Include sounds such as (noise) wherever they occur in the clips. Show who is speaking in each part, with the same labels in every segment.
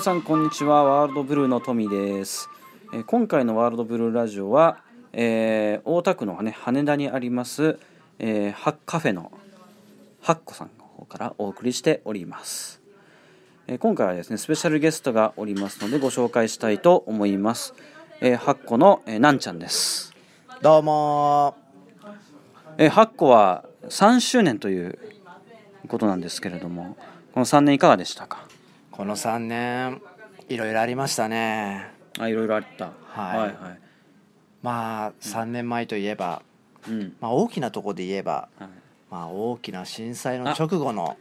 Speaker 1: さんこんにちはワールドブルーのトミーです、えー今回のワールドブルーラジオは、えー大田区の、ね、羽田にあります、えーハカフェのハッコさんの方からお送りしております、えー今回はですねスペシャルゲストがおりますのでご紹介したいと思います、えー、ハッコの、えーなんちゃんです
Speaker 2: どうも
Speaker 1: えー、8個は3周年ということなんですけれどもこの3年いかがでしたか
Speaker 2: ーこの3年いろいろありましたね
Speaker 1: あいろいろあった
Speaker 2: はい
Speaker 1: はいはい
Speaker 2: まあ3年前といえば、
Speaker 1: うん
Speaker 2: まあ、大きなとこで言えば、
Speaker 1: はい
Speaker 2: まあ、大きな震災の直後の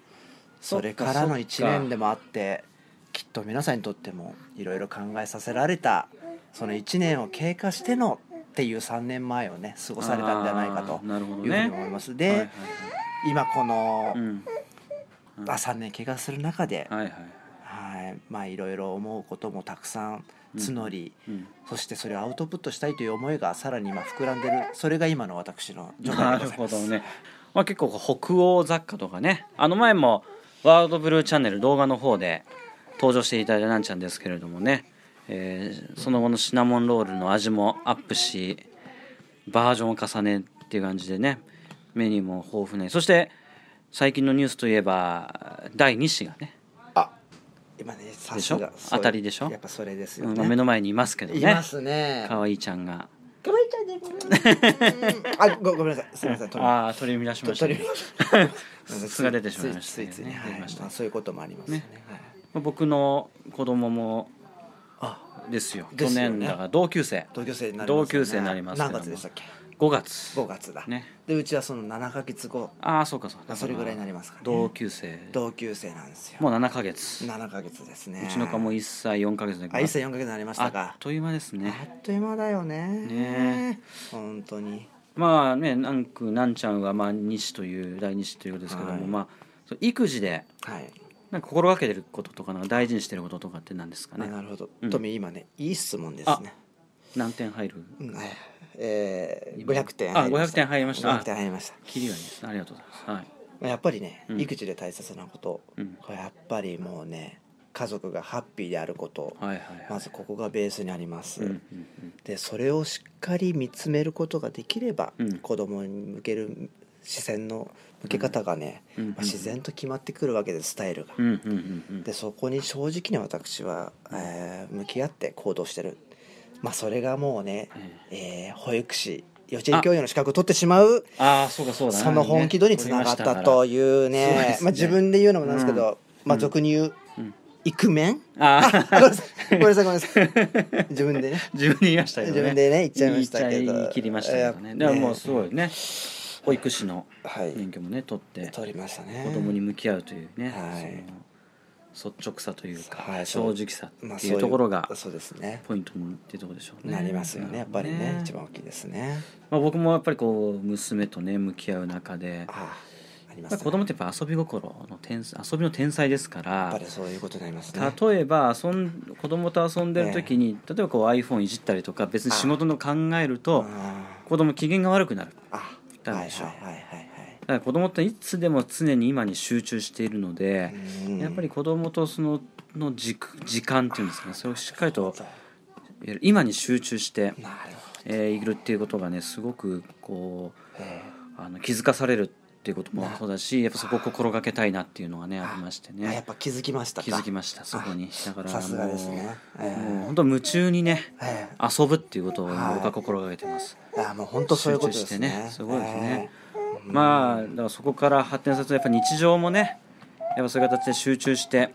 Speaker 2: それからの1年でもあってきっと皆さんにとってもいろいろ考えさせられたその1年を経過してのっていう3年前をね過ごされたんじゃないか
Speaker 1: あ
Speaker 2: と
Speaker 1: ーなるほど
Speaker 2: いうふうに
Speaker 1: ね
Speaker 2: 思います。
Speaker 1: はいはい
Speaker 2: で今この
Speaker 1: はい、うん
Speaker 2: あ3年経過する中で、
Speaker 1: はいはい
Speaker 2: はい、まあいろいろ思うこともたくさん募り、 (laughs)
Speaker 1: うん
Speaker 2: そしてそれをアウトプットしたいという思いがさらに今膨らんでるそれが今の私の状
Speaker 1: な
Speaker 2: 態で
Speaker 1: る
Speaker 2: ござい
Speaker 1: ほ
Speaker 2: ます
Speaker 1: どね、まあ、結構北欧雑貨とかねあの前もワールドブルーチャンネル動画の方で登場していただいたなんちゃんですけれどもね、えーその後のシナモンロールの味もアップしバージョンを重ねっていう感じでねメニューも豊富ねそして最近のニュースといえば第2子がね、
Speaker 2: あ今ねさすが
Speaker 1: でしょ
Speaker 2: そう
Speaker 1: 当たりでしょ
Speaker 2: やっぱそれですよ
Speaker 1: うん
Speaker 2: ね、
Speaker 1: まあ目の前にいますけど
Speaker 2: い
Speaker 1: ね
Speaker 2: ますね
Speaker 1: かわいいちゃんが
Speaker 2: かわいちゃんでごめんあごごめんなさいすみません取り
Speaker 1: ああ取り乱しました、
Speaker 2: 取
Speaker 1: ね
Speaker 2: り、
Speaker 1: すが出てしまいました
Speaker 2: ついついついね、はい
Speaker 1: 出ました
Speaker 2: まあ、そういうこともありますよねはい
Speaker 1: 僕の子供も
Speaker 2: あ
Speaker 1: ですよ
Speaker 2: ですよね
Speaker 1: 去年だから同級生
Speaker 2: 同級生になりますよね、
Speaker 1: 同級生になりますけど
Speaker 2: 何
Speaker 1: も
Speaker 2: 月でしたっけ
Speaker 1: 5月
Speaker 2: 5月だ、
Speaker 1: ね
Speaker 2: でうちはその7ヶ月後
Speaker 1: ああそうかそうか
Speaker 2: あそれぐらいになりますかね
Speaker 1: 同級生
Speaker 2: 同級生なんですよ
Speaker 1: もう7ヶ月
Speaker 2: 7ヶ月ですね
Speaker 1: うちの子も
Speaker 2: い
Speaker 1: 1歳4ヶ月だけど
Speaker 2: あ1歳4ヶ月になりました
Speaker 1: あ
Speaker 2: か
Speaker 1: っという間ですね
Speaker 2: あっという間だよね
Speaker 1: ね
Speaker 2: 本当に
Speaker 1: まあねなんくなんちゃんはまあ2子という第2子ということですけども、
Speaker 2: はい
Speaker 1: まあそう育児で
Speaker 2: はい、
Speaker 1: なんか心がけてることとかなんか大事にしてることとかって何ですか
Speaker 2: あ
Speaker 1: ね
Speaker 2: なるほど、
Speaker 1: うん
Speaker 2: トミー今ねいい質問ですね
Speaker 1: 何点入る
Speaker 2: うんはいえー、
Speaker 1: 今
Speaker 2: 500点
Speaker 1: あ500点入りました
Speaker 2: 500点入りました
Speaker 1: 切りがいいですありがとうございますはい
Speaker 2: まあやっぱりね、
Speaker 1: うん
Speaker 2: 育児で大切なこと、
Speaker 1: うん
Speaker 2: これやっぱりもうね家族がハッピーであること、
Speaker 1: はいはいは
Speaker 2: ま
Speaker 1: い
Speaker 2: ずここがベースにあります、
Speaker 1: うんうん
Speaker 2: でそれをしっかり見つめることができれば、
Speaker 1: うん
Speaker 2: 子供に向ける視線の向け方がね、
Speaker 1: うん
Speaker 2: まあ、自然と決まってくるわけですスタイルが。
Speaker 1: うんうんうんうん
Speaker 2: でそこに正直に私は、えー向き合って行動してる、まあ、それがもうね、えー保育士幼稚園教諭の資格を取ってしまう
Speaker 1: ああそうかそうだな
Speaker 2: その本気度につながったというね
Speaker 1: そうですね
Speaker 2: まあ、自分で言うのもなんですけど、
Speaker 1: ん
Speaker 2: まあ、俗に言う、
Speaker 1: うん
Speaker 2: イクメン
Speaker 1: あ
Speaker 2: あ
Speaker 1: あ
Speaker 2: ごめんなさい (laughs) ごめんなさいごめんなさい自分でね
Speaker 1: 自分で言いましたよね
Speaker 2: 自分でね言っちゃいましたけど
Speaker 1: 言い切りましたけどね
Speaker 2: え
Speaker 1: でももう
Speaker 2: ね
Speaker 1: すごいね保育士の
Speaker 2: はい
Speaker 1: 免許もね取って子
Speaker 2: 取りましたね
Speaker 1: 供に向き合うというね、
Speaker 2: はい
Speaker 1: その率直さというか、
Speaker 2: はい
Speaker 1: 正
Speaker 2: そう
Speaker 1: 直さ
Speaker 2: まあ
Speaker 1: っていうところが
Speaker 2: そういうそうですね
Speaker 1: ポイントもっていうところでしょうね
Speaker 2: なりますよねやっぱりね
Speaker 1: なるほど
Speaker 2: 一番大きいですね
Speaker 1: まあ、僕もやっぱりこう娘とね向き合う中で
Speaker 2: ああありま
Speaker 1: やっぱり
Speaker 2: すね
Speaker 1: 子供ってやっぱ遊び心の天才遊びの天才ですか
Speaker 2: やっ
Speaker 1: ら
Speaker 2: ぱりそういうことになりますね
Speaker 1: 例えば遊ん子供と遊んでる時に、例えばこう iPhone いじったりとか別に仕事の考えると
Speaker 2: あ
Speaker 1: 子供機嫌が悪くなるだ
Speaker 2: ああ
Speaker 1: ダメ
Speaker 2: はいはい
Speaker 1: でしょ
Speaker 2: はいはい
Speaker 1: から子供っていつでも常に今に集中しているので、
Speaker 2: はいうん
Speaker 1: やっぱり子供とそのの軸時間っていうんですかねそれをしっかりと
Speaker 2: そう
Speaker 1: 今に集中して、
Speaker 2: なるほど
Speaker 1: えーいるっていうことがねすごくこう
Speaker 2: え
Speaker 1: あの気づかされるっていうこともそうだしやっぱそこを心がけたいなっていうのがねありまして
Speaker 2: えあや
Speaker 1: ね
Speaker 2: っぱ気づきましたか
Speaker 1: 気づきましたそこにだから
Speaker 2: さすがですねええ
Speaker 1: もう本当夢中にね
Speaker 2: ええ
Speaker 1: 遊ぶっていうことを僕
Speaker 2: はい
Speaker 1: は心がけてます、
Speaker 2: ああもう本当そういうことです
Speaker 1: 集中して
Speaker 2: ね
Speaker 1: ねすごいですね
Speaker 2: ええ
Speaker 1: まあだからそこから発展するとやっぱ日常もねやっぱそういう形で集中して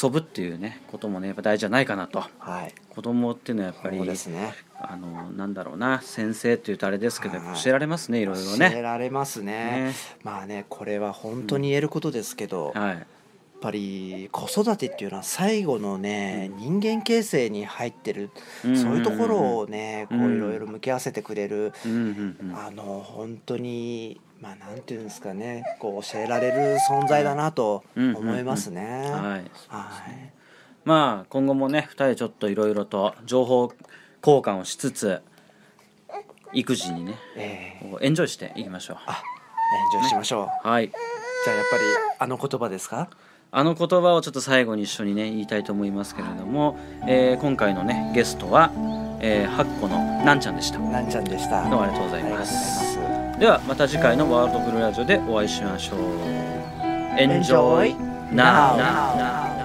Speaker 1: 遊ぶっていうねこともねやっぱ大事じゃないかなと
Speaker 2: はい
Speaker 1: 子供っていうのはやっぱり
Speaker 2: そうですね
Speaker 1: あのなんだろうな先生っていうとあれですけどやっぱ
Speaker 2: はい
Speaker 1: 教えられますねいろいろ
Speaker 2: 教え
Speaker 1: ね
Speaker 2: られますね
Speaker 1: ね
Speaker 2: まあねこれは本当に言えることですけどやっ
Speaker 1: はい
Speaker 2: ぱり子育てっていうのは最後のね人間形成に入ってる
Speaker 1: う
Speaker 2: そうんいうところをねこ
Speaker 1: う
Speaker 2: うんいろいろ向き合わせてくれる
Speaker 1: うんうん
Speaker 2: あの本当にまあなんていうんですかねこう教えられる存在だなと思います
Speaker 1: う
Speaker 2: ね
Speaker 1: んはい
Speaker 2: はい
Speaker 1: まあ今後もね2人ちょっといろいろと情報交換をしつつ育児にね
Speaker 2: ええ
Speaker 1: こうエンジョイしていきましょ
Speaker 2: あ、炎上しましょう
Speaker 1: うはい
Speaker 2: じゃあやっぱりあの言葉ですか
Speaker 1: あの言葉をちょっと最後に一緒にね言いたいと思いますけれども、えー今回のねゲストは、えー、8個のなんちゃんでしたど
Speaker 2: なんちゃんでした
Speaker 1: うもありがとうございます
Speaker 2: ありがとうございます
Speaker 1: ではまた次回の「ワールドブルーラジオ」でお会いしましょう。Enjoy!
Speaker 2: Enjoy
Speaker 1: now. now. now.